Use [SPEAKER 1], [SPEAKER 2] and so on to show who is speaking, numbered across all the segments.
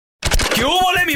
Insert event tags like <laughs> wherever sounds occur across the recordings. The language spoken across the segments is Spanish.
[SPEAKER 1] ¿Qué hubo, le, mi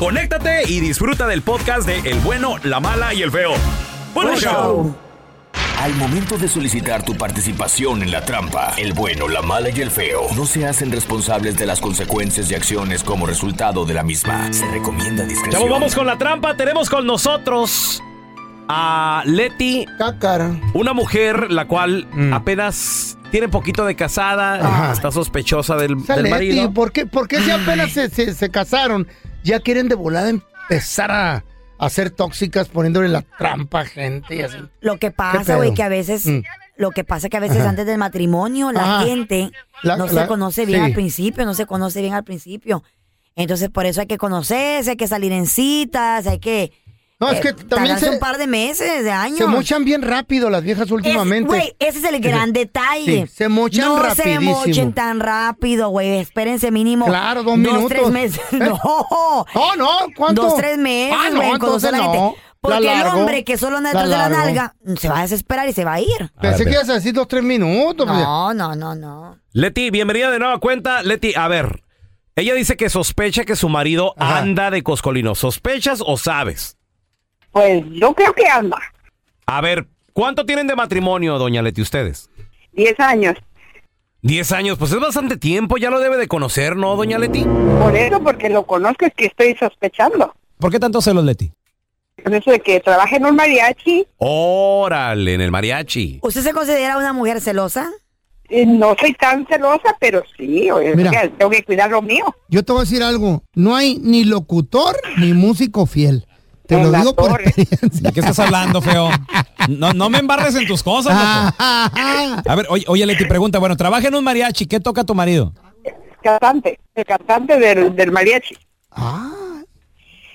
[SPEAKER 1] conéctate y disfruta del podcast de El bueno, la mala y el feo. Buen
[SPEAKER 2] Buen
[SPEAKER 1] show.
[SPEAKER 2] show. Al momento de solicitar tu participación en la trampa, el bueno, la mala y el feo no se hacen responsables de las consecuencias y acciones como resultado de la misma. Se recomienda discreción.
[SPEAKER 1] Chavos, vamos con la trampa. Tenemos con nosotros a Leti, una mujer la cual apenas tiene poquito de casada,
[SPEAKER 3] Ajá.
[SPEAKER 1] está sospechosa del,
[SPEAKER 3] Esa
[SPEAKER 1] del
[SPEAKER 3] Leti,
[SPEAKER 1] marido.
[SPEAKER 3] ¿por qué, por qué si apenas se, se- se casaron, ya quieren de volada empezar a, a ser tóxicas poniéndole la trampa a gente y así?
[SPEAKER 4] Lo que
[SPEAKER 3] ¿Qué
[SPEAKER 4] pasa,
[SPEAKER 3] pedo?
[SPEAKER 4] güey, que a veces...
[SPEAKER 3] Mm.
[SPEAKER 4] Lo que pasa que a veces
[SPEAKER 3] Ajá.
[SPEAKER 4] antes del matrimonio la
[SPEAKER 3] Ah,
[SPEAKER 4] gente
[SPEAKER 3] la-
[SPEAKER 4] no
[SPEAKER 3] la-
[SPEAKER 4] se conoce bien
[SPEAKER 3] sí.
[SPEAKER 4] al principio, no se conoce bien al principio. Entonces por eso hay que conocerse, hay que salir en citas, hay que...
[SPEAKER 3] No, es
[SPEAKER 4] eh,
[SPEAKER 3] que también
[SPEAKER 4] tardarse
[SPEAKER 3] se,
[SPEAKER 4] un par de meses, de años.
[SPEAKER 3] se mochan bien rápido las viejas
[SPEAKER 4] Es-
[SPEAKER 3] últimamente.
[SPEAKER 4] Güey, ese es el gran detalle.
[SPEAKER 3] Sí, se mochan
[SPEAKER 4] no se
[SPEAKER 3] rapidísimo.
[SPEAKER 4] mochen tan rápido, güey. Espérense mínimo.
[SPEAKER 3] Claro, dos
[SPEAKER 4] Dos,
[SPEAKER 3] minutos.
[SPEAKER 4] tres meses.
[SPEAKER 3] <laughs> ¿Eh?
[SPEAKER 4] <laughs> No.
[SPEAKER 3] No, no, ¿cuánto?
[SPEAKER 4] Dos, tres meses,
[SPEAKER 3] Ah, no,
[SPEAKER 4] güey. conocer a la
[SPEAKER 3] entonces
[SPEAKER 4] gente.
[SPEAKER 3] no. La
[SPEAKER 4] Porque el
[SPEAKER 3] largo,
[SPEAKER 4] hombre que solo anda
[SPEAKER 3] la
[SPEAKER 4] detrás de la
[SPEAKER 3] largo.
[SPEAKER 4] nalga mm, se va a desesperar y se va a ir.
[SPEAKER 3] Pensé que ibas a decir dos, tres minutos. pues,
[SPEAKER 4] No, no, no, no.
[SPEAKER 1] Leti, bienvenida de nueva cuenta. Leti, a ver, ella dice que sospecha que su marido
[SPEAKER 3] Ajá.
[SPEAKER 1] anda de coscolino. ¿Sospechas o sabes?
[SPEAKER 5] Pues yo creo que anda.
[SPEAKER 1] A ver, ¿cuánto tienen de matrimonio, doña Leti, ustedes?
[SPEAKER 5] 10 años.
[SPEAKER 1] Diez años, pues es bastante tiempo, ya lo debe de conocer, ¿no, doña Leti?
[SPEAKER 5] Por eso, porque lo conozco, es que estoy sospechando.
[SPEAKER 6] ¿Por qué tanto celos, Leti?
[SPEAKER 5] Por eso de que trabaja en un mariachi,
[SPEAKER 1] Órale, en el mariachi.
[SPEAKER 4] ¿Usted se considera una mujer celosa?
[SPEAKER 5] eh, no soy tan celosa, pero sí, o- es
[SPEAKER 3] Mira.
[SPEAKER 5] que tengo que cuidar lo mío.
[SPEAKER 3] Yo te voy a decir algo. No hay ni locutor ni músico fiel. Te
[SPEAKER 5] En
[SPEAKER 3] lo
[SPEAKER 5] la
[SPEAKER 3] digo por
[SPEAKER 5] torre.
[SPEAKER 3] experiencia.
[SPEAKER 6] ¿De qué estás hablando, feo? No, no me embarres en tus cosas,
[SPEAKER 5] <laughs> Ah.
[SPEAKER 6] loco. A ver, oye, oye, Leti, pregunta, bueno, trabaja en un mariachi, ¿qué toca tu marido?
[SPEAKER 5] Cantante, el cantante del, del mariachi.
[SPEAKER 3] Ah,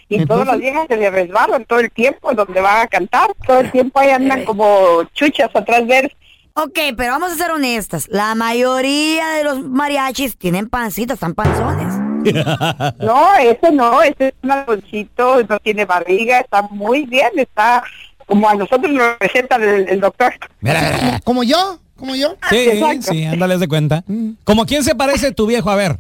[SPEAKER 5] Y
[SPEAKER 3] Entonces-
[SPEAKER 5] todas las viejas se le resbalan todo el tiempo donde van a cantar. Todo el tiempo ahí
[SPEAKER 6] Eh.
[SPEAKER 5] andan como chuchas atrás
[SPEAKER 6] <laughs>
[SPEAKER 5] de él.
[SPEAKER 4] Ok, pero vamos a ser honestas. La mayoría de los mariachis tienen pancitas, están panzones.
[SPEAKER 5] No, ese no, ese es un algodoncito, no tiene barriga, está muy bien, está como a nosotros nos presenta el- el doctor. Ah,
[SPEAKER 3] ¿Como yo? ¿Como yo?
[SPEAKER 6] Sí,
[SPEAKER 5] Exacto.
[SPEAKER 6] sí, ándales de cuenta. ¿Como quién se parece tu viejo? A ver.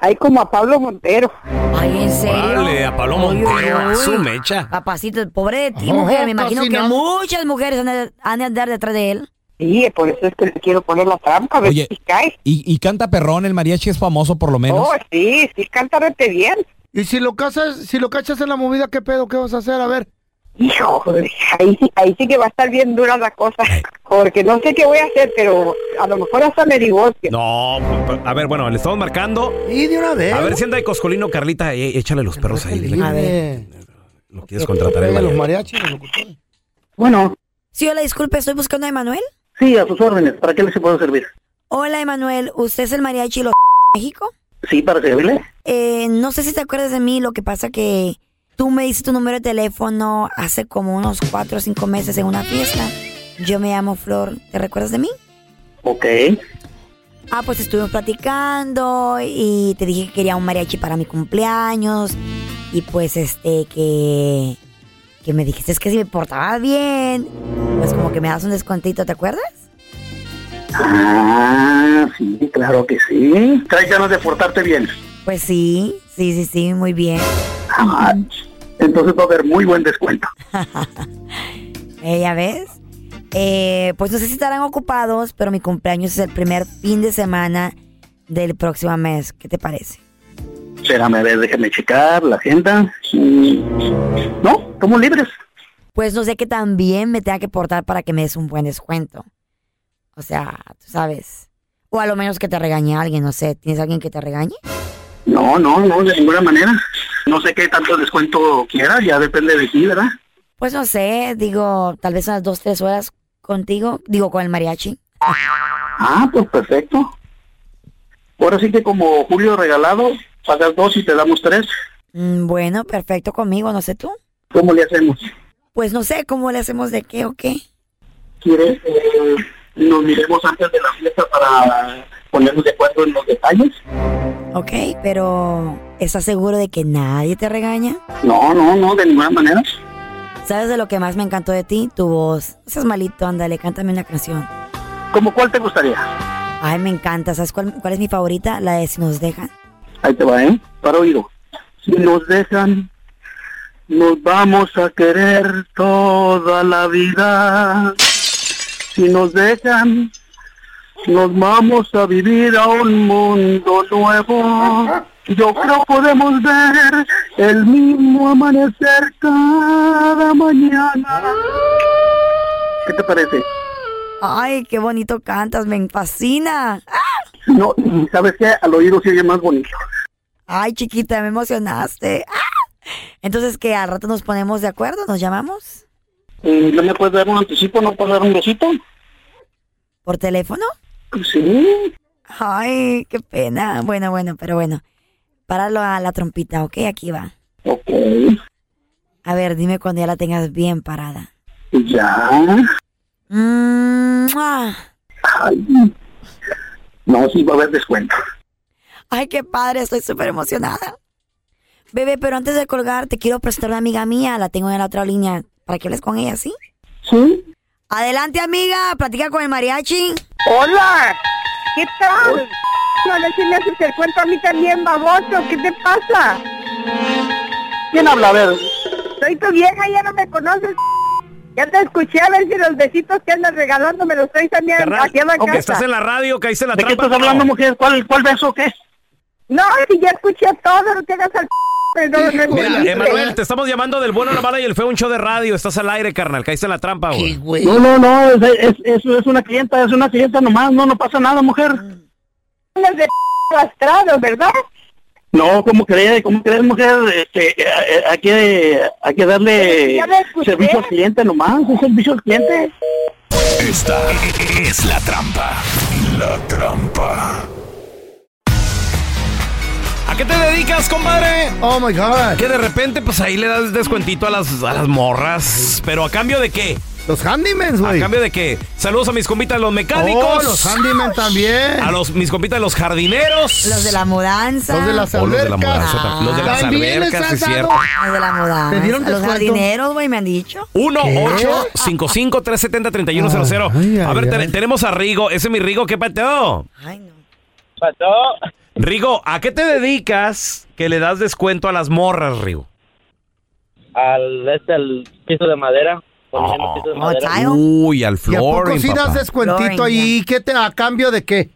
[SPEAKER 5] Ahí como a Pablo Montero.
[SPEAKER 4] Ay, en serio.
[SPEAKER 1] Órale, a Palomo
[SPEAKER 4] Uy,
[SPEAKER 1] Montero,
[SPEAKER 4] uy,
[SPEAKER 1] a
[SPEAKER 4] uy.
[SPEAKER 1] su mecha.
[SPEAKER 4] Papacito, pobre de ti,
[SPEAKER 3] No,
[SPEAKER 4] mujer. Me imagino
[SPEAKER 3] casi
[SPEAKER 4] que
[SPEAKER 3] no.
[SPEAKER 4] muchas mujeres han de, han de andar detrás de él.
[SPEAKER 5] Sí, por eso pues es que le quiero poner la trampa, a ver
[SPEAKER 6] Oye,
[SPEAKER 5] si cae.
[SPEAKER 6] y, y canta perrón, el mariachi es famoso por lo menos.
[SPEAKER 5] Oh, sí, sí, canta rete bien.
[SPEAKER 3] ¿Y si lo, casas, si lo cachas en la movida, qué pedo? ¿Qué vas a hacer? A ver. Pues,
[SPEAKER 5] Hijo, ahí, sí- ahí sí que va a estar bien dura la cosa, porque no sé qué voy a hacer, pero a lo mejor hasta me divorcio.
[SPEAKER 1] No, a ver, bueno, le estamos marcando.
[SPEAKER 3] Y de una vez.
[SPEAKER 1] A ver si anda de Coscolino, Carlita, eh, échale los perros ahí. Dile
[SPEAKER 3] A
[SPEAKER 1] que
[SPEAKER 3] ver.
[SPEAKER 1] lo quieres contratar en
[SPEAKER 3] Oiga, los
[SPEAKER 1] Miami.
[SPEAKER 3] mariachis, los locutores.
[SPEAKER 7] Bueno,
[SPEAKER 4] Sí, hola, disculpe, estoy buscando a Emanuel.
[SPEAKER 7] sí, a sus órdenes. ¿Para qué les puedo servir?
[SPEAKER 4] Hola, Emanuel, ¿usted es el mariachi Los <laughs> México?
[SPEAKER 7] Sí, para servirle.
[SPEAKER 4] Eh, no sé si te acuerdas de mí, lo que pasa que tú me diste tu número de teléfono hace como unos cuatro o cinco meses en una fiesta. Yo me llamo Flor, ¿te recuerdas de mí?
[SPEAKER 7] Ok.
[SPEAKER 4] Ah, pues estuvimos platicando y te dije que quería un mariachi para mi cumpleaños y pues este que que me dijiste es que si me portaba bien, pues como que me das un descuentito, ¿te acuerdas?
[SPEAKER 7] Ah, sí, claro que sí. ¿Traes ganas de portarte bien?
[SPEAKER 4] Pues sí, sí, sí, sí, muy bien.
[SPEAKER 7] Ah, entonces va a haber muy buen descuento.
[SPEAKER 4] Eh, ya ves. Eh, pues no sé si estarán ocupados, pero mi cumpleaños es el primer fin de semana del próximo mes. ¿Qué te parece?
[SPEAKER 7] Espérame, a ver, déjame checar la agenda. Mm, No, estamos libres.
[SPEAKER 4] Pues no sé qué tan bien me tenga que portar para que me des un buen descuento. O sea, tú sabes. O a lo menos que te regañe alguien, no sé. ¿Tienes alguien que te regañe?
[SPEAKER 7] No, no, no, de ninguna manera. No sé qué tanto descuento quieras, ya depende de ti, ¿verdad?
[SPEAKER 4] Pues no sé, digo, tal vez unas dos, tres horas contigo, digo, con el mariachi.
[SPEAKER 7] Ah, pues perfecto. Ahora sí que como Julio regalado, pagas dos y te damos tres.
[SPEAKER 4] Mm, bueno, perfecto conmigo, no sé tú.
[SPEAKER 7] ¿Cómo le hacemos?
[SPEAKER 4] Pues no sé cómo le hacemos de qué o qué.
[SPEAKER 7] ¿Quieres que eh, nos miremos antes de la fiesta para ponernos de acuerdo en los detalles?
[SPEAKER 4] Ok, pero ¿estás seguro de que nadie te regaña?
[SPEAKER 7] No, no, no, de ninguna manera.
[SPEAKER 4] ¿Sabes de lo que más me encantó de ti? Tu voz. No seas malito, ándale, cántame una canción.
[SPEAKER 7] ¿Cómo cuál te gustaría?
[SPEAKER 4] Ay, me encanta. ¿Sabes cuál, cuál es mi favorita? La de Si nos dejan.
[SPEAKER 7] Ahí te va, ¿eh? Para oído. Si nos dejan, nos vamos a querer toda la vida. Si nos dejan, nos vamos a vivir a un mundo nuevo. Yo creo podemos ver el mismo amanecer cada mañana. ¿Qué te parece?
[SPEAKER 4] Ay, qué bonito cantas, me fascina.
[SPEAKER 7] No, y sabes que al oído se oye más bonito.
[SPEAKER 4] Ay, chiquita, me emocionaste. ¡Ah! Entonces, ¿qué? ¿Al rato nos ponemos de acuerdo? ¿Nos llamamos?
[SPEAKER 7] Eh, ¿No me puedes dar un anticipo? ¿No puedes dar un besito?
[SPEAKER 4] ¿Por teléfono?
[SPEAKER 7] Sí.
[SPEAKER 4] Ay, qué pena. Bueno, bueno, pero bueno. Páralo a la trompita, ¿ok? Aquí va.
[SPEAKER 7] Ok.
[SPEAKER 4] A ver, dime cuando ya la tengas bien parada.
[SPEAKER 7] Ya.
[SPEAKER 4] Mm, ¡mua!
[SPEAKER 7] Ay. No, sí va a haber descuento.
[SPEAKER 4] Ay, qué padre, estoy súper emocionada. Bebé, pero antes de colgar, te quiero presentar a una amiga mía, la tengo en la otra línea, para que hables con ella, ¿sí?
[SPEAKER 7] ¿Sí?
[SPEAKER 4] Adelante, amiga, platica con el mariachi.
[SPEAKER 5] Hola, ¿qué tal? Ahora sí me haces el cuento a mí también, baboso, ¿qué te pasa?
[SPEAKER 7] ¿Quién habla? A ver.
[SPEAKER 5] Soy tu vieja, ya no me conoces. Ya te escuché a ver si los besitos que andas regalando me los traes también
[SPEAKER 1] Carnal,
[SPEAKER 5] aquí a la
[SPEAKER 1] aunque
[SPEAKER 5] casa.
[SPEAKER 1] estás en la radio, caíste en la
[SPEAKER 7] ¿De qué
[SPEAKER 1] trampa.
[SPEAKER 7] estás hablando,
[SPEAKER 1] No.
[SPEAKER 7] mujer? ¿Cuál, cuál beso qué?
[SPEAKER 5] No, si ya escuché todo, no te hagas al... Pero no, no
[SPEAKER 1] Mira,
[SPEAKER 5] escuchaste.
[SPEAKER 1] Emanuel, te estamos llamando del bueno, la mala y el feo, un show de radio. Estás al aire, carnal. Caíste en la trampa, güey.
[SPEAKER 3] Qué güey.
[SPEAKER 7] No, no, no, es, es, es, es una clienta, es una clienta nomás, no, no pasa nada, mujer.
[SPEAKER 5] Andas de arrastrado, ¿verdad?
[SPEAKER 7] No, ¿cómo crees? ¿Cómo crees, mujer? Este, eh, eh, hay, que, hay que darle
[SPEAKER 5] Ya la escuché.
[SPEAKER 7] servicio al cliente nomás, es servicio al cliente.
[SPEAKER 2] Esta es la trampa. La trampa.
[SPEAKER 1] ¿A qué te dedicas, compadre?
[SPEAKER 3] Oh my God.
[SPEAKER 1] Que de repente, pues ahí le das descuentito a las, a las morras. ¿Pero a cambio de qué?
[SPEAKER 3] Los handymans,
[SPEAKER 1] ¿A
[SPEAKER 3] güey.
[SPEAKER 1] cambio de qué? Saludos a mis compitas los
[SPEAKER 3] Oh,
[SPEAKER 1] mecánicos.
[SPEAKER 3] los handymans también.
[SPEAKER 1] a los, mis compitas los jardineros.
[SPEAKER 4] Los de la mudanza.
[SPEAKER 3] Los de las
[SPEAKER 1] Oh, los de la
[SPEAKER 3] albercas.
[SPEAKER 1] mudanza tam- los de las
[SPEAKER 3] También les
[SPEAKER 1] albercas,
[SPEAKER 3] has
[SPEAKER 1] sí,
[SPEAKER 3] dado.
[SPEAKER 1] cierto.
[SPEAKER 4] Los de la mudanza.
[SPEAKER 3] ¿Te dieron
[SPEAKER 4] A los
[SPEAKER 3] descuento?
[SPEAKER 4] jardineros, güey, me han dicho.
[SPEAKER 1] 1-855-370-3100.
[SPEAKER 3] Ay,
[SPEAKER 1] A
[SPEAKER 3] ay,
[SPEAKER 1] ver, te-
[SPEAKER 3] ay.
[SPEAKER 1] tenemos a Rigo. Ese es mi Rigo. ¿Qué pateo?
[SPEAKER 4] Ay, no.
[SPEAKER 1] Rigo, ¿a qué te dedicas que le das descuento a las morras, Rigo?
[SPEAKER 8] al este al piso de madera poniendo
[SPEAKER 1] Oh.
[SPEAKER 8] piso de
[SPEAKER 4] Oh,
[SPEAKER 8] madera
[SPEAKER 4] tile.
[SPEAKER 1] Uy, al
[SPEAKER 3] ¿Y a poco
[SPEAKER 1] flooring,
[SPEAKER 3] sí das
[SPEAKER 1] papá.
[SPEAKER 3] descuentito
[SPEAKER 4] Flooring,
[SPEAKER 3] ahí? ¿Qué te, ¿A cambio de qué?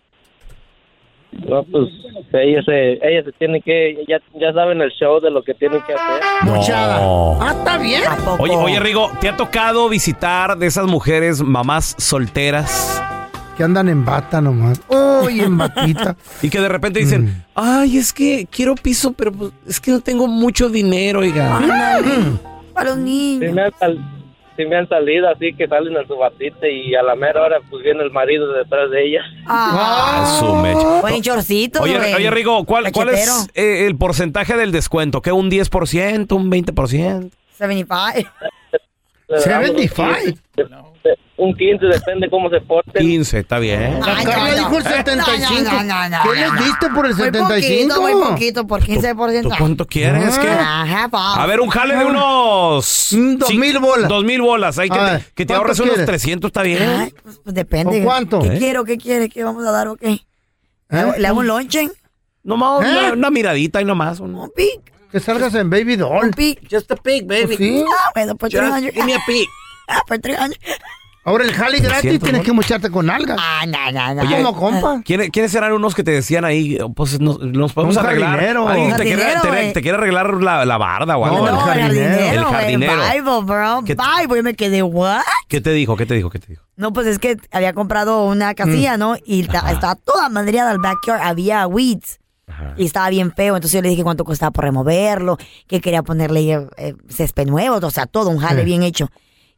[SPEAKER 8] No, pues ella se, ella se tiene que, ya, ya saben el show de lo que tienen que hacer.
[SPEAKER 3] Ah, está bien.
[SPEAKER 1] Oye, oye, Rigo, ¿te ha tocado visitar de esas mujeres mamás solteras?
[SPEAKER 3] Que andan en bata nomás. Uy, en Mm. batita.
[SPEAKER 1] <laughs> Y que de repente dicen, ay, es que quiero piso, pero pues, es que no tengo mucho dinero, oiga.
[SPEAKER 3] Mm.
[SPEAKER 4] Para los niños.
[SPEAKER 8] Sí me, han sal- sí me han salido así que salen a su batita y a la mera hora pues viene el marido detrás de ella.
[SPEAKER 1] Ah, su mecha.
[SPEAKER 4] Buen chorcito.
[SPEAKER 1] Oye,
[SPEAKER 4] güey.
[SPEAKER 1] oye, Rigo, ¿cuál, cuál es
[SPEAKER 4] Cachetero.
[SPEAKER 1] eh, el porcentaje del descuento? ¿Qué? ¿Un 10%? ¿Un 20%?
[SPEAKER 4] 75. <laughs>
[SPEAKER 8] Le damos Un 15, depende cómo se porten.
[SPEAKER 1] 15, está bien.
[SPEAKER 3] La Carla dijo el 75.
[SPEAKER 4] No, no, no, no,
[SPEAKER 3] ¿Qué
[SPEAKER 4] no,
[SPEAKER 3] les
[SPEAKER 4] no.
[SPEAKER 3] diste por el
[SPEAKER 4] Muy
[SPEAKER 3] 75?
[SPEAKER 4] poquito, muy poquito, por 15%.
[SPEAKER 1] ¿Tú cuánto quieres? ¿Qué?
[SPEAKER 4] Ajá, pa.
[SPEAKER 1] A ver, un jale de unos...
[SPEAKER 3] Mm, dos
[SPEAKER 1] cin-
[SPEAKER 3] mil bolas.
[SPEAKER 1] Dos mil bolas. Ahí que,
[SPEAKER 3] A ver,
[SPEAKER 1] te, que te
[SPEAKER 3] ¿cuánto
[SPEAKER 1] ahorres unos
[SPEAKER 3] quieres?
[SPEAKER 1] 300, está bien.
[SPEAKER 4] Pues, pues, depende.
[SPEAKER 3] ¿O cuánto?
[SPEAKER 4] ¿Qué
[SPEAKER 3] ¿Eh?
[SPEAKER 4] quiero? ¿Qué quiere? ¿Qué vamos a dar o qué? ¿Le
[SPEAKER 3] ¿Eh?
[SPEAKER 4] hago- ¿Le hago un lonche?
[SPEAKER 1] Nomás
[SPEAKER 3] ¿Eh?
[SPEAKER 1] una, una miradita y nomás. un-
[SPEAKER 4] ¿Un pic?
[SPEAKER 3] Que salgas en Baby
[SPEAKER 4] ¿Un
[SPEAKER 3] Doll.
[SPEAKER 4] pic?
[SPEAKER 9] Just a pig, baby.
[SPEAKER 3] Pues sí.
[SPEAKER 4] Ah, bueno, por tres años.
[SPEAKER 9] pig.
[SPEAKER 4] Ah, por tres años.
[SPEAKER 3] Ahora el jale pues, gratis
[SPEAKER 1] siento,
[SPEAKER 3] tienes
[SPEAKER 1] ¿no?
[SPEAKER 3] que mocharte con algas.
[SPEAKER 4] Ah, no, no, no.
[SPEAKER 3] ¿Cómo, compa?
[SPEAKER 1] ¿Quiénes, quiénes eran unos que te decían ahí, pues nos, nos podemos
[SPEAKER 3] Un
[SPEAKER 1] arreglar?
[SPEAKER 3] jardinero.
[SPEAKER 1] Alguien
[SPEAKER 4] Un
[SPEAKER 1] te quiere,
[SPEAKER 4] jardinero,
[SPEAKER 1] te-
[SPEAKER 4] güey.
[SPEAKER 1] te quiere arreglar la, la barda o algo.
[SPEAKER 3] No,
[SPEAKER 4] No,
[SPEAKER 3] el
[SPEAKER 4] el
[SPEAKER 3] jardinero.
[SPEAKER 4] jardinero,
[SPEAKER 1] El
[SPEAKER 4] güey,
[SPEAKER 1] jardinero.
[SPEAKER 4] Bible, bro.
[SPEAKER 1] ¿Qué-
[SPEAKER 4] Bible. Yo me quedé, ¿what?
[SPEAKER 1] ¿Qué te dijo? ¿Qué te dijo? ¿Qué te dijo?
[SPEAKER 4] No, pues es que había comprado una casilla,
[SPEAKER 3] Mm.
[SPEAKER 4] ¿no? Y ta- estaba toda madreada al backyard, había weeds. Y estaba bien feo, entonces yo le dije cuánto costaba por removerlo, que quería ponerle eh, eh, césped nuevo, o sea, todo un jale
[SPEAKER 3] Sí. Mm.
[SPEAKER 4] bien hecho.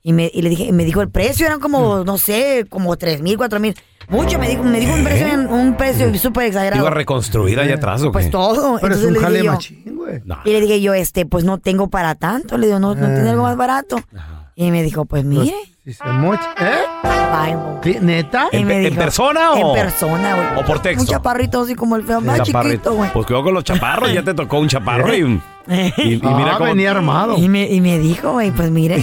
[SPEAKER 4] Y me, y le dije, y me dijo el precio, eran como, no sé, como tres mil, cuatro mil. Mucho, me dijo, me dijo
[SPEAKER 3] ¿Eh?
[SPEAKER 4] un precio, un precio súper
[SPEAKER 1] ¿Iba a
[SPEAKER 4] exagerado.
[SPEAKER 1] reconstruir allá atrás o qué?
[SPEAKER 4] Pues todo.
[SPEAKER 3] Mm. Pero es
[SPEAKER 4] entonces
[SPEAKER 3] un
[SPEAKER 4] le dije
[SPEAKER 3] jale
[SPEAKER 4] yo,
[SPEAKER 3] machín, güey.
[SPEAKER 1] No.
[SPEAKER 4] y le dije yo, este, pues no tengo para tanto. Le digo, no, no tiene
[SPEAKER 3] Ah.
[SPEAKER 4] algo más barato. Y me dijo, pues mire,
[SPEAKER 3] Si se mocha. ¿Eh?
[SPEAKER 4] Bible.
[SPEAKER 3] ¿Qué, ¿Neta?
[SPEAKER 1] ¿En pe- en persona o-
[SPEAKER 4] En persona, güey.
[SPEAKER 1] o por texto?
[SPEAKER 4] Un chaparrito así como el feo, más chiquito,
[SPEAKER 1] Chaparrito.
[SPEAKER 4] güey.
[SPEAKER 1] Pues cuidado con los chaparros, ya te tocó un chaparro y, y- y mira
[SPEAKER 3] ah,
[SPEAKER 1] cómo...
[SPEAKER 3] venía armado.
[SPEAKER 4] Y me, y me dijo, güey,
[SPEAKER 1] <laughs>
[SPEAKER 4] pues mire,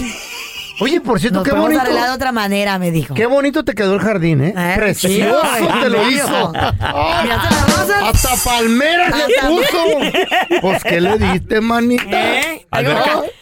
[SPEAKER 3] Oye, por cierto,
[SPEAKER 4] nos
[SPEAKER 3] qué
[SPEAKER 4] podemos
[SPEAKER 3] bonito.
[SPEAKER 4] arreglar de otra manera, me dijo.
[SPEAKER 3] Qué bonito te quedó el jardín, ¿eh?
[SPEAKER 4] Ah,
[SPEAKER 3] Precioso
[SPEAKER 4] chido,
[SPEAKER 3] te lo
[SPEAKER 4] <laughs> ay,
[SPEAKER 3] hizo.
[SPEAKER 4] amigo.
[SPEAKER 3] Ay,
[SPEAKER 4] Mira, hasta las rosas.
[SPEAKER 3] Hasta palmeras le
[SPEAKER 4] Hasta-
[SPEAKER 3] puso. Pues, ¿qué le diste, manita?
[SPEAKER 4] ¿Eh?
[SPEAKER 1] Alberca.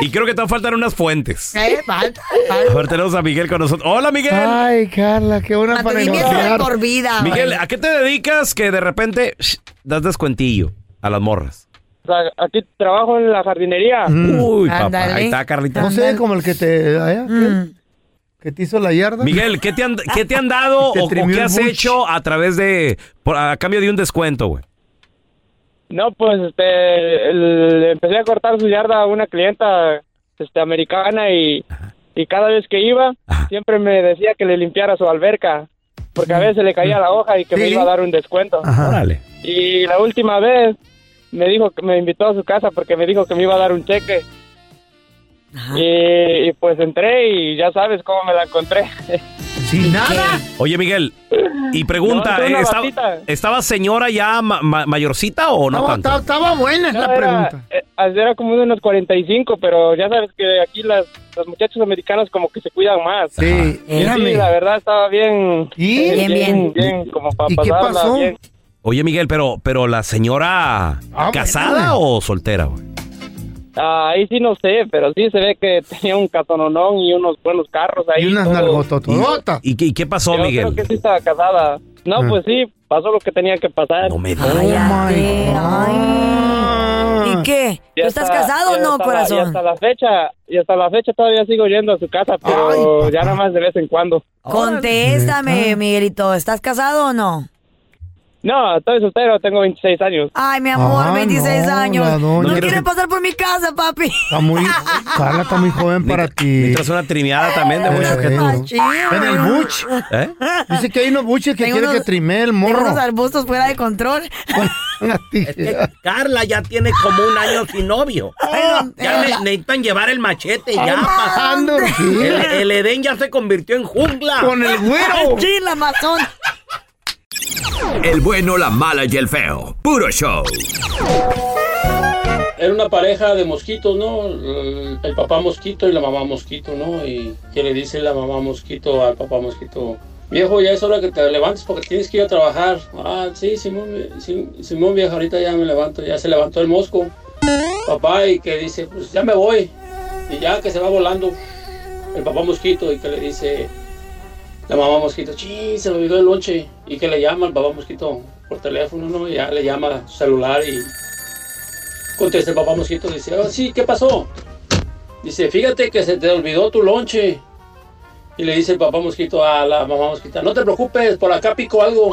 [SPEAKER 1] Y creo que te faltan unas fuentes.
[SPEAKER 4] Eh, falta,
[SPEAKER 1] A
[SPEAKER 4] falta.
[SPEAKER 1] ver, tenemos a Miguel con nosotros. Hola, Miguel.
[SPEAKER 3] Ay, Carla, qué buena para
[SPEAKER 4] Mantenimiento de
[SPEAKER 3] negociar.
[SPEAKER 4] por vida, güey.
[SPEAKER 1] Miguel, ¿a qué te dedicas que de repente sh, das descuentillo a las morras?
[SPEAKER 8] O sea, aquí trabajo en la jardinería.
[SPEAKER 1] Uy, papá.
[SPEAKER 4] Mm. Ándale.
[SPEAKER 1] Ahí está,
[SPEAKER 3] No
[SPEAKER 1] Carlita.
[SPEAKER 3] sé, como el que te, allá,
[SPEAKER 4] Mm.
[SPEAKER 3] que te hizo la yarda.
[SPEAKER 1] Miguel, ¿qué te han, qué te han dado
[SPEAKER 3] <laughs> Te
[SPEAKER 1] o, o
[SPEAKER 3] trimió
[SPEAKER 1] qué
[SPEAKER 3] el
[SPEAKER 1] has
[SPEAKER 3] bush.
[SPEAKER 1] hecho a través de. por- a cambio de un descuento, güey?
[SPEAKER 8] No, pues este, el- empecé a cortar su yarda a una clienta este, americana y, y cada vez que iba, siempre me decía que le limpiara su alberca, porque a veces le caía la hoja y que me
[SPEAKER 3] Sí.
[SPEAKER 8] iba a dar un descuento.
[SPEAKER 3] Ajá.
[SPEAKER 1] Órale.
[SPEAKER 8] Y la última vez me dijo que me invitó a su casa porque me dijo que me iba a dar un cheque. Y, y pues entré y ya sabes cómo me la encontré.
[SPEAKER 3] Sin nada.
[SPEAKER 1] Oye, Miguel, y pregunta,
[SPEAKER 8] <laughs> No, es una
[SPEAKER 1] eh, ¿estaba,
[SPEAKER 8] batita.
[SPEAKER 1] estaba señora ya ma- ma- mayorcita o no
[SPEAKER 3] Estaba,
[SPEAKER 1] tanto?
[SPEAKER 3] estaba- estaba buena
[SPEAKER 8] No,
[SPEAKER 3] la
[SPEAKER 8] era,
[SPEAKER 3] pregunta.
[SPEAKER 8] eh, era como de unos 45, pero ya sabes que aquí las, los muchachos americanos como que se cuidan más.
[SPEAKER 3] Sí,
[SPEAKER 8] Y
[SPEAKER 3] mírame.
[SPEAKER 8] sí, la verdad estaba bien.
[SPEAKER 3] ¿Y?
[SPEAKER 8] eh,
[SPEAKER 4] Bien, bien.
[SPEAKER 8] bien, como para
[SPEAKER 3] ¿Y qué
[SPEAKER 8] pasarla
[SPEAKER 3] pasó?
[SPEAKER 8] bien.
[SPEAKER 1] Oye, Miguel, pero, pero la señora
[SPEAKER 3] Ah,
[SPEAKER 1] casada
[SPEAKER 3] bueno.
[SPEAKER 1] o soltera, güey.
[SPEAKER 8] Ah, ahí sí no sé, pero sí se ve que <laughs> tenía un catononón y unos buenos carros ahí.
[SPEAKER 3] Y unas
[SPEAKER 8] todo.
[SPEAKER 3] nalgotototas.
[SPEAKER 1] ¿Y, qué- y qué pasó,
[SPEAKER 8] Yo
[SPEAKER 1] Miguel?
[SPEAKER 8] creo que sí estaba casada. No,
[SPEAKER 3] Ah.
[SPEAKER 8] pues sí, pasó lo que tenía que pasar.
[SPEAKER 1] No me
[SPEAKER 3] Oh
[SPEAKER 1] digas.
[SPEAKER 3] my
[SPEAKER 4] Cállate,
[SPEAKER 3] God.
[SPEAKER 4] ¿Y qué?
[SPEAKER 8] Ya
[SPEAKER 4] ¿Tú estás
[SPEAKER 8] está-
[SPEAKER 4] casado o
[SPEAKER 8] ya
[SPEAKER 4] no,
[SPEAKER 8] hasta la- y
[SPEAKER 4] corazón?
[SPEAKER 8] hasta la fecha, y hasta la fecha todavía sigo yendo a su casa, pero
[SPEAKER 3] Ay,
[SPEAKER 8] ya
[SPEAKER 3] papá.
[SPEAKER 8] nada más de vez en cuando.
[SPEAKER 4] Contéstame, Miguelito. ¿Estás casado o no?
[SPEAKER 8] No, estoy soltero, tengo 26 años.
[SPEAKER 4] Ay, mi amor,
[SPEAKER 3] Ah,
[SPEAKER 4] 26
[SPEAKER 3] no, la
[SPEAKER 4] años. No,
[SPEAKER 3] doña.
[SPEAKER 4] quiere pasar por mi casa, papi.
[SPEAKER 3] Está
[SPEAKER 4] <laughs>
[SPEAKER 3] muy. Carla está muy joven para ti.
[SPEAKER 1] Necesitas una trimeada también de
[SPEAKER 3] Eh,
[SPEAKER 1] mucho que tú.
[SPEAKER 3] eh. En el buch.
[SPEAKER 1] ¿Eh?
[SPEAKER 3] Dice que hay unos buches que
[SPEAKER 4] Tengo
[SPEAKER 3] quiere
[SPEAKER 4] unos-
[SPEAKER 3] que trimee el
[SPEAKER 4] Tengo
[SPEAKER 3] morro.
[SPEAKER 4] unos arbustos fuera de control.
[SPEAKER 3] Con una tijera.
[SPEAKER 9] Carla ya tiene como un año sin novio. Ya
[SPEAKER 3] eh.
[SPEAKER 9] ne- necesitan llevar el machete ya. pa-
[SPEAKER 3] Ando, sí,
[SPEAKER 9] El, el Edén ya se convirtió en jungla.
[SPEAKER 3] Con el güero.
[SPEAKER 4] Chila, mazón.
[SPEAKER 2] El bueno, la mala y el feo. Puro show.
[SPEAKER 10] era una pareja de mosquitos, ¿no? El, el papá mosquito y la mamá mosquito, ¿no? Y que le dice la mamá mosquito al papá mosquito, viejo, ya es hora que te levantes porque tienes que ir a trabajar. Ah, sí, Simón, vie- Sim- Simón viejo, ahorita ya me levanto, ya se levantó el mosco. Papá y que dice, pues ya me voy. Y ya que se va volando el papá mosquito y que le dice la mamá mosquito, sí, se me olvidó el lonche. Y que le llama al papá mosquito por teléfono, ¿no? Y ya le llama a su celular y contesta el papá mosquito. Dice, ah, sí, ¿qué pasó? Dice, fíjate que se te olvidó tu lonche. Y le dice el papá mosquito a la mamá mosquita, no te preocupes, por acá pico algo.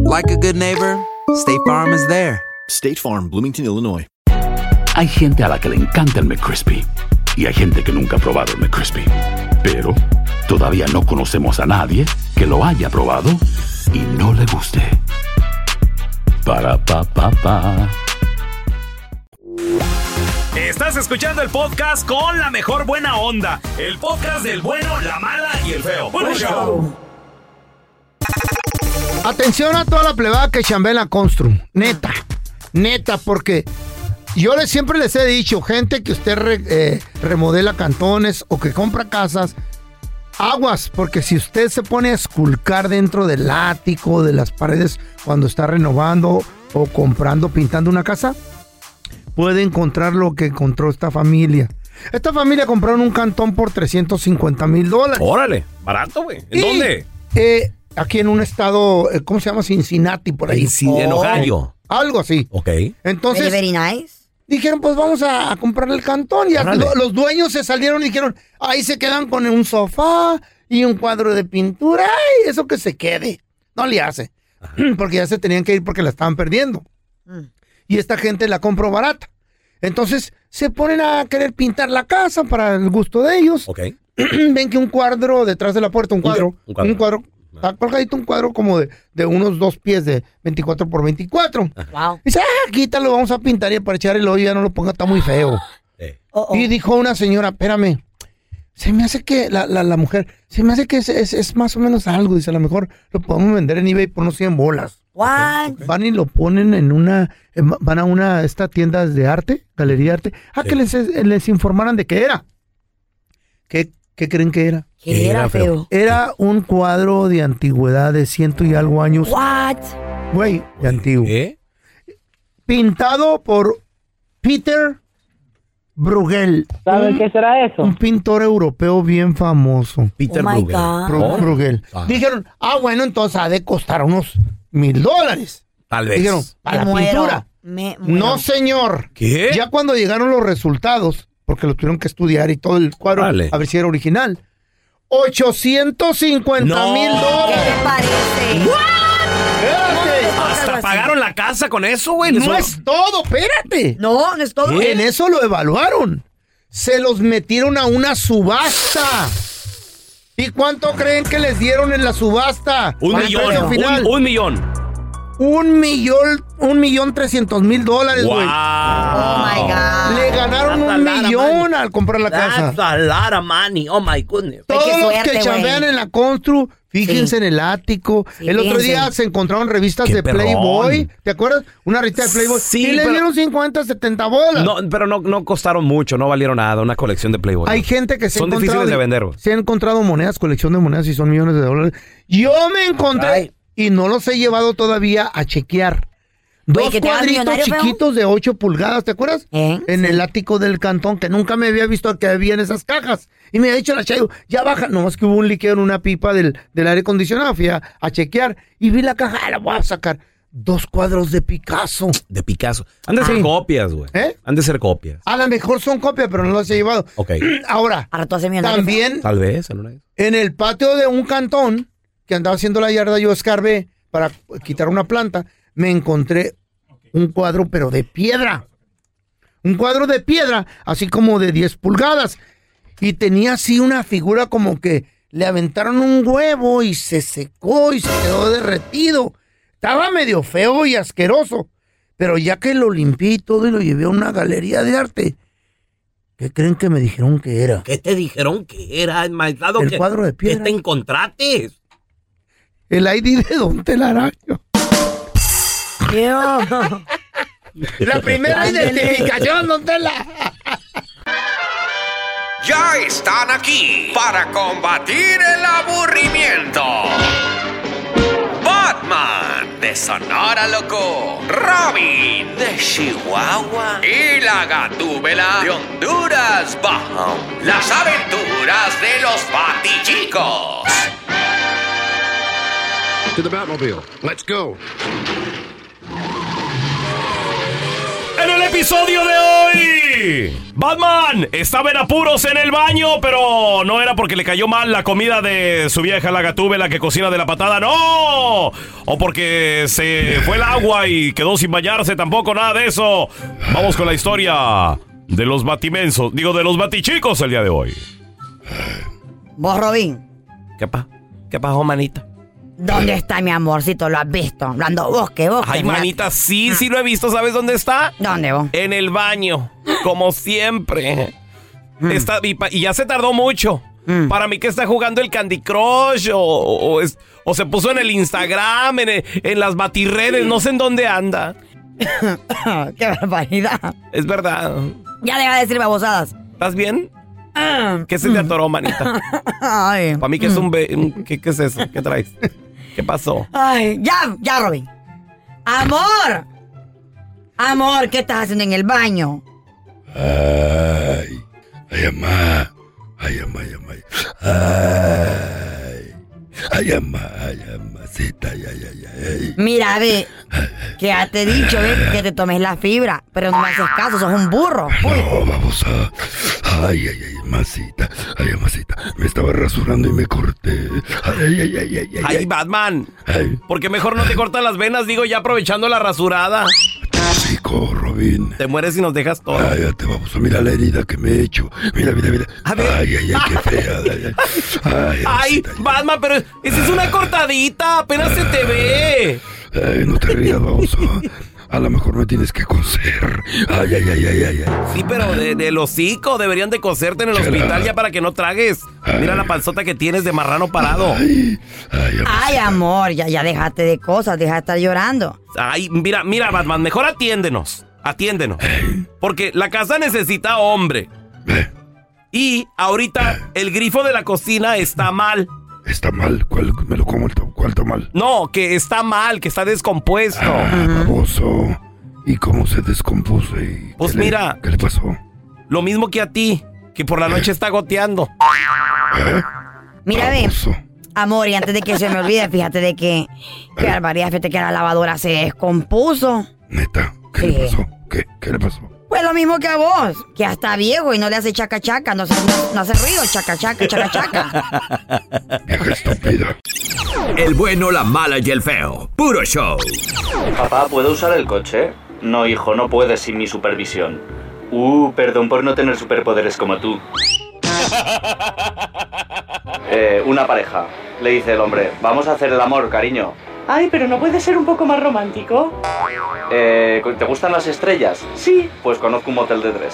[SPEAKER 11] like a good neighbor, State Farm is there.
[SPEAKER 12] State Farm, Bloomington, Illinois.
[SPEAKER 13] Hay gente a la que le encanta el McCrispy y hay gente que nunca ha probado el McCrispy. Pero todavía no conocemos a nadie que lo haya probado y no le guste. Para pa pa pa.
[SPEAKER 1] Estás escuchando el podcast con la mejor buena onda. El podcast del bueno, la mala y el feo. Puro show.
[SPEAKER 3] Atención a toda la plebada que chambela Construm. Neta. Neta, porque yo les, siempre les he dicho, gente que usted re- eh, remodela cantones o que compra casas, aguas, porque si usted se pone a esculcar dentro del ático, de las paredes, cuando está renovando o comprando, pintando una casa, puede encontrar lo que encontró esta familia. Esta familia compraron un cantón por 350 mil dólares.
[SPEAKER 1] Órale, barato, güey. ¿En
[SPEAKER 3] Y,
[SPEAKER 1] dónde?
[SPEAKER 3] eh, aquí en un estado, eh, ¿cómo se llama? Cincinnati, por ahí.
[SPEAKER 1] Cinci- en Ohio.
[SPEAKER 3] Algo así.
[SPEAKER 1] Ok.
[SPEAKER 3] Entonces.
[SPEAKER 4] Very, very nice.
[SPEAKER 3] Dijeron, pues vamos a, a comprarle el cantón. Y a-
[SPEAKER 4] Órale.
[SPEAKER 3] lo- los dueños se salieron y dijeron, ahí se quedan con un sofá y un cuadro de pintura. Ay, eso que se quede. No le hace. <clears throat> Porque ya se tenían que ir porque la estaban perdiendo
[SPEAKER 4] Mm.
[SPEAKER 3] y esta gente la compró barata. Entonces se ponen a querer pintar la casa para el gusto de ellos. <clears throat> Ven que un cuadro detrás de la puerta, un cuadro,
[SPEAKER 1] un
[SPEAKER 3] un
[SPEAKER 1] cuadro.
[SPEAKER 3] cuadro, está colgadito un cuadro como de, de unos dos pies de 24 por 24. Dice, ah, quítalo, vamos a pintar y para echar el hoyo ya no lo ponga, está muy feo. Y dijo una señora, espérame, se me hace que la, la- la mujer, se me hace que es, es- es más o menos algo. Dice, a lo mejor lo podemos vender en eBay por unos 100 bolas. Van y lo ponen en una, en- van a una, esta tienda de arte, galería de arte, a que les, eh, les informaran de qué era. ¿Qué, qué creen que era?
[SPEAKER 4] ¿Qué era, feo?
[SPEAKER 3] Era un cuadro de antigüedad de ciento y algo años.
[SPEAKER 4] What?
[SPEAKER 3] Güey, de antiguo.
[SPEAKER 4] ¿Eh?
[SPEAKER 3] Pintado por Peter Bruegel.
[SPEAKER 5] ¿Saben
[SPEAKER 3] Un-
[SPEAKER 5] qué será eso?
[SPEAKER 3] Un pintor europeo bien famoso.
[SPEAKER 5] Peter Oh my Bruegel. God.
[SPEAKER 3] Bru-
[SPEAKER 5] Oh.
[SPEAKER 3] Bruegel.
[SPEAKER 5] Ah.
[SPEAKER 3] Dijeron, ah, bueno, entonces ha de costar unos mil dólares.
[SPEAKER 1] Tal
[SPEAKER 4] vez.
[SPEAKER 3] Dijeron,
[SPEAKER 4] Me
[SPEAKER 3] para la
[SPEAKER 4] muero,
[SPEAKER 3] pintura.
[SPEAKER 4] me muero.
[SPEAKER 3] No, señor.
[SPEAKER 1] ¿Qué?
[SPEAKER 3] Ya cuando llegaron los resultados, porque lo tuvieron que estudiar y todo el cuadro,
[SPEAKER 1] Órale.
[SPEAKER 3] a ver si era original. 850 mil dólares.
[SPEAKER 4] ¿Qué te parece?
[SPEAKER 1] Hasta pagaron la casa con eso, güey.
[SPEAKER 3] No
[SPEAKER 1] Eso-
[SPEAKER 3] es todo, espérate.
[SPEAKER 4] No, no es todo.
[SPEAKER 3] En
[SPEAKER 1] Eh.
[SPEAKER 3] eso lo evaluaron. Se los metieron a una subasta. ¿Y cuánto creen que les dieron en la subasta?
[SPEAKER 1] Un
[SPEAKER 3] Al
[SPEAKER 1] millón.
[SPEAKER 3] precio
[SPEAKER 1] un-
[SPEAKER 3] final.
[SPEAKER 1] Un, millón.
[SPEAKER 3] Un millón, un millón trescientos mil dólares, güey.
[SPEAKER 9] Oh my God.
[SPEAKER 3] Le ganaron
[SPEAKER 9] That's a
[SPEAKER 3] un
[SPEAKER 9] lot of
[SPEAKER 3] millón al comprar la
[SPEAKER 9] That's
[SPEAKER 3] casa.
[SPEAKER 9] a lot of money. Oh my goodness.
[SPEAKER 4] Pues
[SPEAKER 3] Todos los que chambean en la constru, fíjense en el ático.
[SPEAKER 9] Sí,
[SPEAKER 3] el otro
[SPEAKER 9] fíjense.
[SPEAKER 3] día se encontraron revistas
[SPEAKER 1] Qué
[SPEAKER 3] de
[SPEAKER 1] perrón.
[SPEAKER 3] Playboy. ¿Te acuerdas? Una revista de Playboy.
[SPEAKER 1] Sí,
[SPEAKER 3] y le
[SPEAKER 1] pero-
[SPEAKER 3] dieron 50, 70 bolas.
[SPEAKER 1] No, pero no, no costaron mucho, no valieron nada, una colección de Playboy.
[SPEAKER 3] Hay gente que se ha
[SPEAKER 1] Son
[SPEAKER 3] encontrado
[SPEAKER 1] difíciles de vender, güey.
[SPEAKER 3] Se han encontrado monedas, colección de monedas y son millones de dólares. Yo me encontré y no los he llevado todavía a chequear. Dos
[SPEAKER 4] que te hagas
[SPEAKER 3] cuadritos
[SPEAKER 4] millonario, feo.
[SPEAKER 3] chiquitos de 8 pulgadas, Ah, ¿te acuerdas?
[SPEAKER 1] ¿Eh?
[SPEAKER 3] En el ático del cantón, que nunca me había visto que había en esas cajas. Y me ha dicho la Chayo, ya baja. No, es que hubo un líquido en una pipa del, del aire acondicionado. Fui a, a chequear y vi la caja, "Ah, la voy a sacar. Dos cuadros de Picasso.
[SPEAKER 1] De Picasso. Han de ser
[SPEAKER 3] Sí.
[SPEAKER 1] copias, güey.
[SPEAKER 3] ¿Eh?
[SPEAKER 1] Han de ser copias.
[SPEAKER 3] A lo mejor son copias, pero no las he llevado.
[SPEAKER 1] Ok.
[SPEAKER 3] <clears throat> Ahora, también
[SPEAKER 1] Tal vez, en una vez.
[SPEAKER 3] en el patio de un cantón que andaba haciendo la yarda, yo escarbé para quitar una planta, me encontré un cuadro, pero de piedra. Un cuadro de piedra, así como de 10 pulgadas. Y tenía así una figura como que le aventaron un huevo y se secó y se quedó derretido. Estaba medio feo y asqueroso. Pero ya que lo limpié y todo y lo llevé a una galería de arte, ¿qué creen que me dijeron que era?
[SPEAKER 9] ¿Qué te dijeron que era, enmaizado?
[SPEAKER 3] El
[SPEAKER 9] que,
[SPEAKER 3] cuadro de piedra.
[SPEAKER 9] Que te encontraste.
[SPEAKER 3] El ID de Don Telaraño. La primera identificación, Don Tela.
[SPEAKER 14] Ya están aquí para combatir el aburrimiento. Batman de Sonora Loco, Robin de Chihuahua y la Gatúbela de Honduras Bajo. Las aventuras de los Batichicos.
[SPEAKER 15] To the Batmobile. Let's go.
[SPEAKER 1] En el episodio de hoy, Batman estaba en apuros en el baño, pero no era porque le cayó mal la comida de su vieja la gatúbela que cocina de la patada, no, o porque se fue el agua y quedó sin bañarse, tampoco nada de eso. Vamos con la historia de los batimensos, digo de los batichicos el día de hoy.
[SPEAKER 4] Vos, Robin,
[SPEAKER 1] ¿Qué pa? ¿Qué pasó, manita?
[SPEAKER 4] ¿dónde está mi amorcito? ¿Lo has visto? Hablando bosque, bosque.
[SPEAKER 1] Ay, manita, sí, sí lo he visto. ¿Sabes dónde está?
[SPEAKER 4] Ah. ¿Dónde vos?
[SPEAKER 1] En el baño, como siempre.
[SPEAKER 4] Mm.
[SPEAKER 1] Está, y, pa- y ya se tardó mucho. Para mí que está jugando el Candy Crush o, o es- o se puso en el Instagram, en, el- en las batirredes, no sé en dónde anda.
[SPEAKER 4] <laughs> Qué barbaridad.
[SPEAKER 1] Es verdad.
[SPEAKER 4] Ya deja de decir babosadas.
[SPEAKER 1] ¿Estás bien? ¿Qué se te
[SPEAKER 4] Mm.
[SPEAKER 1] atoró, manita?
[SPEAKER 4] <laughs> Ay.
[SPEAKER 1] Para mí que es
[SPEAKER 4] Mm.
[SPEAKER 1] un... be- un- ¿qué, qué es eso? ¿Qué traes? ¿Qué pasó?
[SPEAKER 4] Ay, ya, ya, Robin. Amor. Amor, ¿qué estás haciendo en el baño?
[SPEAKER 16] Ay, ay, amá. Ay, amá, ay, amá. Ay, ay, amá, ay, amacita, ay, ay, ay, ay.
[SPEAKER 4] Mira, ve, que ya te he dicho, ve, que te tomes la fibra, pero no me haces caso, sos un burro.
[SPEAKER 16] No, vamos a. Ay, ay, ay, amacita, ay, amacita. Me estaba rasurando y me corté. Ay, ay, ay, ay, ay.
[SPEAKER 1] Ay, Batman.
[SPEAKER 16] Ay,
[SPEAKER 1] Porque mejor no te cortan las venas, digo, ya aprovechando la rasurada.
[SPEAKER 16] chico, Robin.
[SPEAKER 1] Te mueres y nos dejas todo.
[SPEAKER 16] Cállate, vamos a mirar la herida que me he hecho. Mira, mira, mira. Ay, ay, ay, qué
[SPEAKER 1] <laughs>
[SPEAKER 16] fea. Ay, ay, ay,
[SPEAKER 1] Ay, Batman, pero esa es una cortadita, apenas se te ve.
[SPEAKER 16] Ay, no te rías, vamos. A lo mejor me tienes que coser. Ay, ay, ay, ay, ay. ay.
[SPEAKER 1] Sí, pero de, del hocico deberían de coserte en el hospital ya para que no tragues. Mira la panzota que tienes de marrano parado.
[SPEAKER 4] Ay, amor, ya, ya déjate de cosas, deja de estar llorando.
[SPEAKER 1] Ay, mira, mira, Batman, mejor atiéndenos. Atiéndenos. Porque la casa necesita hombre. Y ahorita el grifo de la cocina está mal.
[SPEAKER 16] Está mal. ¿Cuál me lo como? el to- ¿Cuál Ah. está mal?
[SPEAKER 1] No, que está mal, que está descompuesto.
[SPEAKER 16] Baboso. ¿Y cómo se descompuso? ¿Y
[SPEAKER 1] Pues
[SPEAKER 16] qué le-
[SPEAKER 1] mira.
[SPEAKER 16] ¿Qué le pasó?
[SPEAKER 1] Lo mismo que a ti, que por la noche está goteando.
[SPEAKER 16] Ah,
[SPEAKER 4] Mira, ve, amor, y antes de que se me olvide, fíjate de que, qué barbaridad, fíjate que la lavadora se descompuso.
[SPEAKER 16] ¿Qué le pasó? ¿Qué, qué le pasó?
[SPEAKER 4] Pues lo mismo que a vos, que hasta viejo y no le hace chaca chaca, no, se- no- no hace ruido, chaca chaca, chaca chaca.
[SPEAKER 1] <laughs>
[SPEAKER 2] El bueno, la mala y el feo. Puro show.
[SPEAKER 17] Papá, ¿puedo usar el coche? No, hijo, no puedes sin mi supervisión. Uh, perdón por no tener superpoderes como tú. Eh, una pareja. Le dice el hombre, vamos a hacer el amor, cariño.
[SPEAKER 18] Ay, pero no puede ser un poco más romántico.
[SPEAKER 17] Eh, ¿Te gustan las estrellas? Sí. Pues conozco un motel de tres.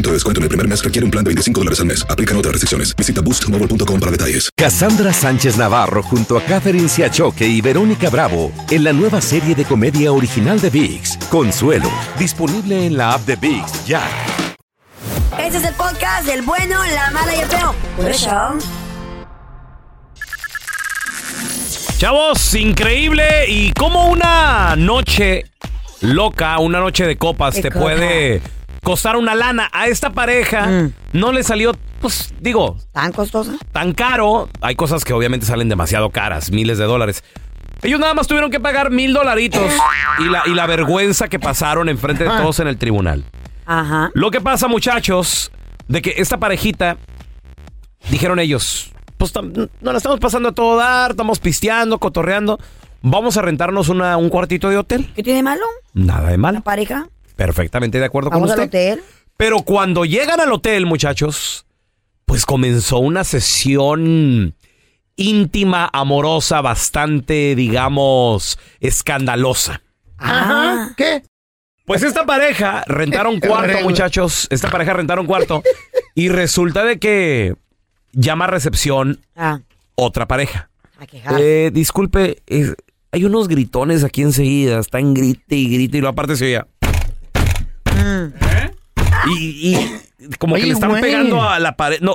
[SPEAKER 19] de descuento en el primer mes requiere un plan de 25 dólares al mes. Aplican otras restricciones. Visita boostmobile.com para detalles.
[SPEAKER 20] Cassandra Sánchez Navarro junto a Catherine Siachoque y Verónica Bravo en la nueva serie de comedia original de VIX, Consuelo, disponible en la app de VIX ya.
[SPEAKER 4] Este es el podcast del bueno, la mala y el feo. Por eso.
[SPEAKER 1] Chavos, increíble. Y cómo una noche loca, una noche de copas,
[SPEAKER 21] De
[SPEAKER 1] te
[SPEAKER 21] copa.
[SPEAKER 1] puede costar una lana. A esta pareja no le salió, pues digo...
[SPEAKER 4] ¿Tan costosa?
[SPEAKER 1] Tan caro. Hay cosas que obviamente salen demasiado caras, miles de dólares. Ellos nada más tuvieron que pagar mil dolaritos y la, y la vergüenza que pasaron enfrente de todos en el tribunal.
[SPEAKER 4] Ajá.
[SPEAKER 1] Lo que pasa, muchachos, de que esta parejita, dijeron ellos, pues tam- nos la estamos pasando a todo dar, estamos pisteando, cotorreando, vamos a rentarnos una, un cuartito de hotel.
[SPEAKER 4] ¿Qué tiene de malo?
[SPEAKER 1] Nada de mal,
[SPEAKER 4] Pareja.
[SPEAKER 1] perfectamente de acuerdo con
[SPEAKER 4] Vamos al
[SPEAKER 1] usted.
[SPEAKER 4] hotel.
[SPEAKER 1] Pero cuando llegan al hotel, muchachos, pues comenzó una sesión íntima, amorosa, bastante, digamos, escandalosa. Ah.
[SPEAKER 3] Ajá. ¿Qué?
[SPEAKER 1] Pues esta pareja
[SPEAKER 3] <laughs>
[SPEAKER 1] rentaron cuarto,
[SPEAKER 3] Regla.
[SPEAKER 1] muchachos. Esta pareja rentaron cuarto. Y resulta de que llama a recepción
[SPEAKER 4] Ah.
[SPEAKER 1] otra pareja.
[SPEAKER 3] Ah,
[SPEAKER 4] A quejar.
[SPEAKER 1] Eh, disculpe, eh, hay unos gritones aquí enseguida. Están grite y grite. Y lo aparte se oía. Y, y como
[SPEAKER 3] Oye,
[SPEAKER 1] que le están
[SPEAKER 3] güey.
[SPEAKER 1] pegando a la pared. No,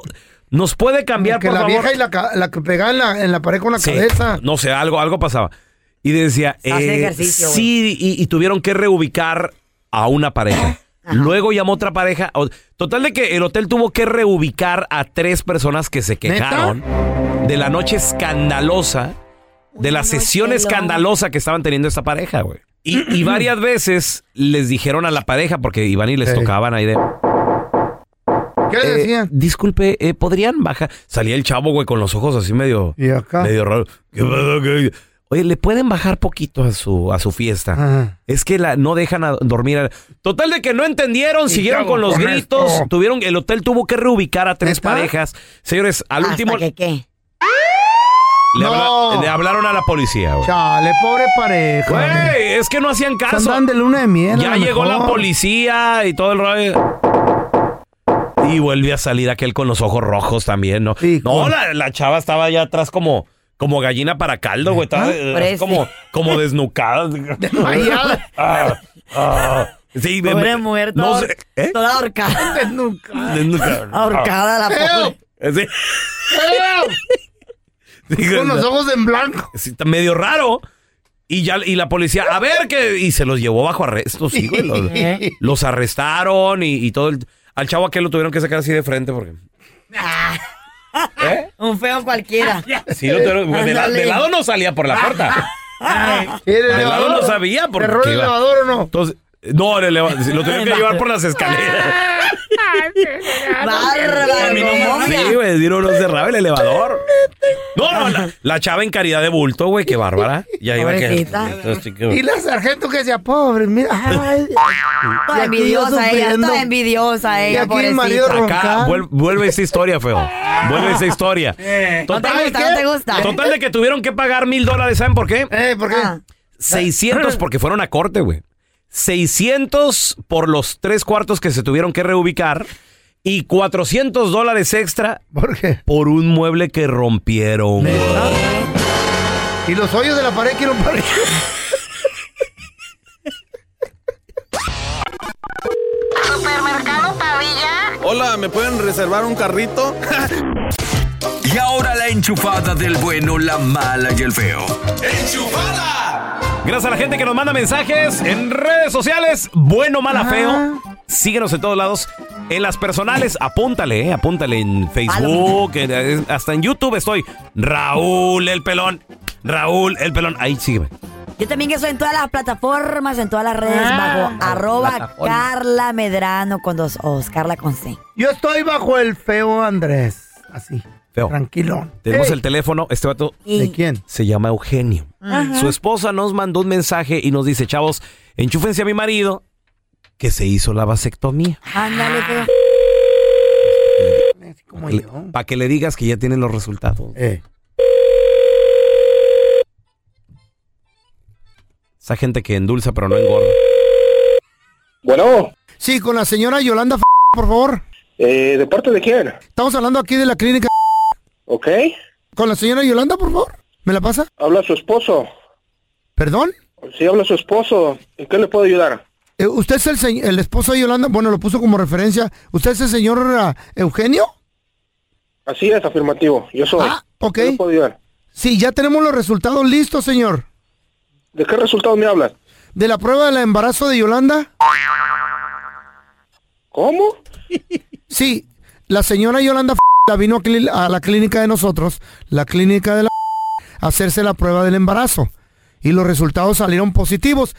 [SPEAKER 1] nos puede cambiar,
[SPEAKER 3] Que
[SPEAKER 1] Ah, por
[SPEAKER 3] la
[SPEAKER 1] favor.
[SPEAKER 3] vieja y la, ca- la que pegaba en la, en la pared con la
[SPEAKER 1] Sí,
[SPEAKER 3] cabeza.
[SPEAKER 1] No sé, algo, algo pasaba. Y decía,
[SPEAKER 3] Hace
[SPEAKER 1] eh,
[SPEAKER 3] ejercicio, güey.
[SPEAKER 1] sí, y, y tuvieron que reubicar a una pareja. Luego llamó otra pareja. O- Total de que el hotel tuvo que reubicar a tres personas que se quejaron de la noche escandalosa, de la sesión
[SPEAKER 21] loca.
[SPEAKER 1] escandalosa que estaban teniendo esta pareja, güey. Y,
[SPEAKER 3] <clears throat>
[SPEAKER 1] y varias veces les dijeron a la pareja, porque iban y les tocaban ahí de...
[SPEAKER 3] ¿Qué le
[SPEAKER 1] Eh,
[SPEAKER 3] decían?
[SPEAKER 1] Disculpe, eh, ¿podrían bajar? Salía el chavo, güey, con los ojos así medio...
[SPEAKER 3] Y acá.
[SPEAKER 1] Medio raro. ¿Qué pedo? ¿Qué? Oye, ¿le pueden bajar poquito a su, a su fiesta?
[SPEAKER 3] Ajá.
[SPEAKER 1] Es que la, no dejan a dormir. a- Total de que no entendieron,
[SPEAKER 21] ¿Y
[SPEAKER 1] siguieron
[SPEAKER 21] qué hago
[SPEAKER 1] con los
[SPEAKER 21] con
[SPEAKER 1] gritos.
[SPEAKER 3] Oh.
[SPEAKER 21] esto?
[SPEAKER 1] Tuvieron, el hotel tuvo que reubicar a tres parejas. Señores, al último
[SPEAKER 4] ¿Qué qué?
[SPEAKER 1] le,
[SPEAKER 3] No.
[SPEAKER 1] habla- le hablaron a la policía. güey.
[SPEAKER 3] Chale, pobre pareja.
[SPEAKER 1] Güey, es que no hacían
[SPEAKER 3] Se
[SPEAKER 1] caso.
[SPEAKER 3] andan de luna de miel.
[SPEAKER 1] Ya llegó la policía y todo el rollo. Y vuelve a salir aquel con los ojos rojos también, ¿no? no, la, la chava estaba allá atrás como, como gallina para caldo, güey. Estaba eh,
[SPEAKER 21] Por
[SPEAKER 1] así
[SPEAKER 21] eso.
[SPEAKER 1] como, como desnucada.
[SPEAKER 21] Desmayada.
[SPEAKER 1] <laughs> Ah, ah. Sí, me-
[SPEAKER 21] Pobre
[SPEAKER 1] me-
[SPEAKER 21] mujer,
[SPEAKER 1] no
[SPEAKER 21] toda-
[SPEAKER 1] sé, ¿eh?
[SPEAKER 4] Toda
[SPEAKER 1] <laughs>
[SPEAKER 4] ahorcada.
[SPEAKER 1] Desnucada.
[SPEAKER 4] Ahorcada la pobre.
[SPEAKER 1] Ah, sí. Digo,
[SPEAKER 3] <laughs> Con los
[SPEAKER 1] no.
[SPEAKER 3] ojos en blanco.
[SPEAKER 1] Sí, está medio raro. Y ya y la policía, a ver que y se los llevó bajo arresto, sí, güey, Los,
[SPEAKER 3] ¿Eh?
[SPEAKER 1] los arrestaron y, y todo el al chavo aquel lo tuvieron que sacar así de frente porque ¿Eh?
[SPEAKER 4] Un feo cualquiera.
[SPEAKER 1] sí lo tuvieron- güey, de, la-
[SPEAKER 4] Ándale.
[SPEAKER 1] de lado no salía por la
[SPEAKER 3] <laughs>
[SPEAKER 1] puerta. De lado no sabía porque
[SPEAKER 3] ¿Cerró el
[SPEAKER 1] iba-
[SPEAKER 3] elevador o no?
[SPEAKER 1] Entonces, no, el eleva- lo tuvieron que llevar por las escaleras. Sí, güey, dieron no cerraba el elevador. No, no, la, la chava en caridad de bulto, güey, qué bárbara. Ya iba que
[SPEAKER 3] Pobrecita.
[SPEAKER 1] Entonces, sí,
[SPEAKER 3] Y
[SPEAKER 1] que-
[SPEAKER 3] la sargento que decía, pobre, mira. Ay,
[SPEAKER 4] Toda
[SPEAKER 3] Y aquí yo
[SPEAKER 4] envidiosa ella,
[SPEAKER 3] sufriendo.
[SPEAKER 4] toda envidiosa
[SPEAKER 3] Y
[SPEAKER 4] ella,
[SPEAKER 3] aquí el marido
[SPEAKER 4] pobrecita.
[SPEAKER 1] Acá, vuel- vuelve esa historia, feo. Vuelve esa
[SPEAKER 3] <laughs>
[SPEAKER 1] historia.
[SPEAKER 4] Eh. No te gusta, no te gusta.
[SPEAKER 1] Total de que tuvieron que pagar mil dólares, ¿saben por qué?
[SPEAKER 3] Eh, ¿por qué? <laughs>
[SPEAKER 1] 600 porque fueron a corte, güey. 600 por los tres cuartos que se tuvieron que reubicar y 400 dólares extra.
[SPEAKER 3] ¿Por qué?
[SPEAKER 1] Por un mueble que rompieron. güey.
[SPEAKER 3] Y los hoyos de la pared quiero parir.
[SPEAKER 22] Supermercado
[SPEAKER 21] supermercado Pavilla.
[SPEAKER 6] Hola, ¿me pueden reservar un
[SPEAKER 20] <laughs>
[SPEAKER 6] carrito?
[SPEAKER 2] Y ahora la enchufada del bueno, la mala y el feo.
[SPEAKER 1] Gracias a la gente que nos manda mensajes en redes sociales. Bueno, mala,
[SPEAKER 3] Ah.
[SPEAKER 1] feo. Síguenos en todos lados. En las personales, apúntale, eh, apúntale en Facebook, en- en- eh, hasta en YouTube estoy. Raúl el pelón. Raúl el pelón. Ahí sígueme.
[SPEAKER 4] Yo también que soy en todas las plataformas, en todas las redes, bajo arroba
[SPEAKER 3] plataforma.
[SPEAKER 4] Carla Medrano con dos O's, Carla con C.
[SPEAKER 3] Yo estoy bajo el feo Andrés. Así.
[SPEAKER 1] Feo.
[SPEAKER 3] Tranquilo.
[SPEAKER 1] Tenemos
[SPEAKER 3] Ey.
[SPEAKER 1] el teléfono. Este vato.
[SPEAKER 3] ¿De quién?
[SPEAKER 1] Se llama Eugenio.
[SPEAKER 3] Ajá.
[SPEAKER 1] Su esposa nos mandó un mensaje y nos dice: Chavos, enchúfense a mi marido que se hizo la vasectomía.
[SPEAKER 4] Ándale, feo.
[SPEAKER 1] Para que le digas que ya tienen los resultados. Esa gente que endulza pero no engorda.
[SPEAKER 3] Bueno. Sí, con la señora Yolanda, F- por favor.
[SPEAKER 22] Eh, ¿De parte de quién?
[SPEAKER 3] Estamos hablando aquí de la clínica.
[SPEAKER 22] Ok.
[SPEAKER 3] Con la señora Yolanda, por favor. ¿Me la pasa?
[SPEAKER 22] Habla su esposo.
[SPEAKER 3] ¿Perdón?
[SPEAKER 22] Sí, habla su esposo. ¿En qué le puedo ayudar?
[SPEAKER 3] Eh, ¿Usted es el, se- el esposo de Yolanda? Bueno, lo puso como referencia. ¿Usted es el señor ah, Eugenio?
[SPEAKER 22] Así es, afirmativo. Yo soy.
[SPEAKER 3] Ah, ok.
[SPEAKER 22] ¿En qué le puedo ayudar?
[SPEAKER 3] Sí, ya tenemos los resultados listos, señor.
[SPEAKER 22] ¿De qué resultados me hablas?
[SPEAKER 3] ¿De la prueba del embarazo de Yolanda?
[SPEAKER 22] ¿Cómo?
[SPEAKER 3] Sí, la señora Yolanda F- la vino a cli- a la clínica de nosotros, la clínica de la F- a hacerse la prueba del embarazo. Y los resultados salieron positivos.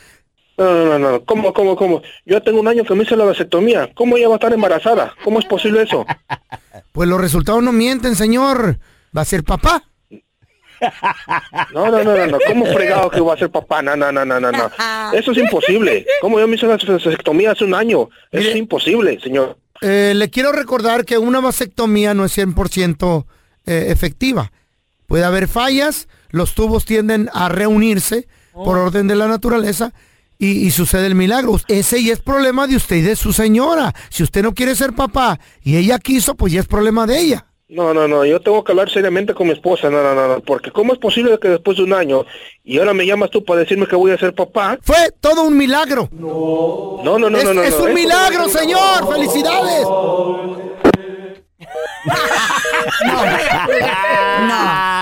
[SPEAKER 22] No, no, no, no. ¿Cómo, cómo, cómo? Yo tengo un año que me hice la vasectomía. ¿Cómo ella va a estar embarazada? ¿Cómo es posible eso?
[SPEAKER 3] Pues los resultados no mienten, señor. Va a ser papá.
[SPEAKER 22] No, no, no, no, no. ¿Cómo fregado que va a ser papá? No, no, no, no, no, no. Eso es imposible. ¿Cómo yo me hice la vasectomía hace un año? Eso es imposible, señor.
[SPEAKER 3] Eh, le quiero recordar que una vasectomía no es 100% eh, efectiva. Puede haber fallas, los tubos tienden a reunirse por orden de la naturaleza y, y sucede el milagro. Ese ya es problema de usted y de su señora. Si usted no quiere ser papá y ella quiso, pues ya es problema de ella.
[SPEAKER 22] No, no, no, yo tengo que hablar seriamente con mi esposa, no, no, no, no, porque ¿cómo es posible que después de un año y ahora me llamas tú para decirme que voy a ser papá?
[SPEAKER 3] Fue todo un milagro.
[SPEAKER 22] No, no, no, no,
[SPEAKER 3] es,
[SPEAKER 22] no,
[SPEAKER 3] es
[SPEAKER 22] no,
[SPEAKER 3] un
[SPEAKER 22] eso-
[SPEAKER 3] milagro, señor. Felicidades.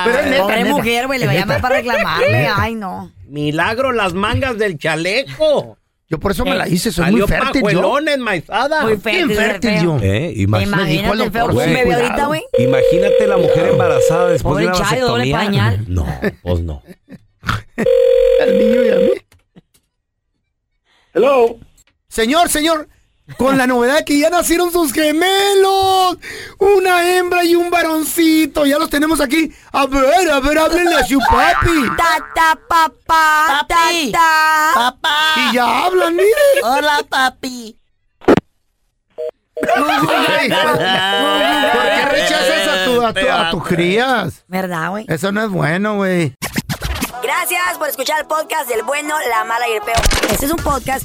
[SPEAKER 9] Pero es neta,
[SPEAKER 4] Pobre
[SPEAKER 9] neta.
[SPEAKER 4] Ah, mujer, güey, le va a
[SPEAKER 9] Es
[SPEAKER 4] llamar
[SPEAKER 9] neta.
[SPEAKER 4] para reclamarle.
[SPEAKER 9] Neta.
[SPEAKER 4] Ay, no.
[SPEAKER 9] Milagro las mangas del chaleco. Eh,
[SPEAKER 3] Yo por eso me la hice, soy
[SPEAKER 9] Salió
[SPEAKER 3] muy fértil yo.
[SPEAKER 9] pajuelona, enmaizada.
[SPEAKER 4] Muy fértil, Bien fértil feo. yo.
[SPEAKER 1] Eh, imagínate.
[SPEAKER 4] Imagínate
[SPEAKER 1] Dijo el
[SPEAKER 4] el feo
[SPEAKER 1] doctor,
[SPEAKER 4] con un
[SPEAKER 1] güey.
[SPEAKER 4] bebé ahorita, güey.
[SPEAKER 1] Imagínate la mujer embarazada después
[SPEAKER 4] Pobre
[SPEAKER 1] de una
[SPEAKER 4] chayo, doble
[SPEAKER 1] vasectomía.
[SPEAKER 4] pañal.
[SPEAKER 1] No, pues no.
[SPEAKER 3] Al niño y a mí.
[SPEAKER 22] Hello.
[SPEAKER 3] Señor, señor, con la novedad de que ya nacieron sus gemelos. Una hembra y un varoncito. Ya los tenemos aquí. A ver, a ver, háblenle a su papi.
[SPEAKER 4] Tata, papá, tata. Papá.
[SPEAKER 3] Y ya hablan, mire.
[SPEAKER 4] Hola, papi.
[SPEAKER 3] ¿Por qué rechazas a, tu, a, tu- a tus crías?
[SPEAKER 4] ¿Verdad, güey?
[SPEAKER 3] Eso no es bueno, güey.
[SPEAKER 4] Gracias por escuchar el podcast del bueno, la mala y el peo. Este es un podcast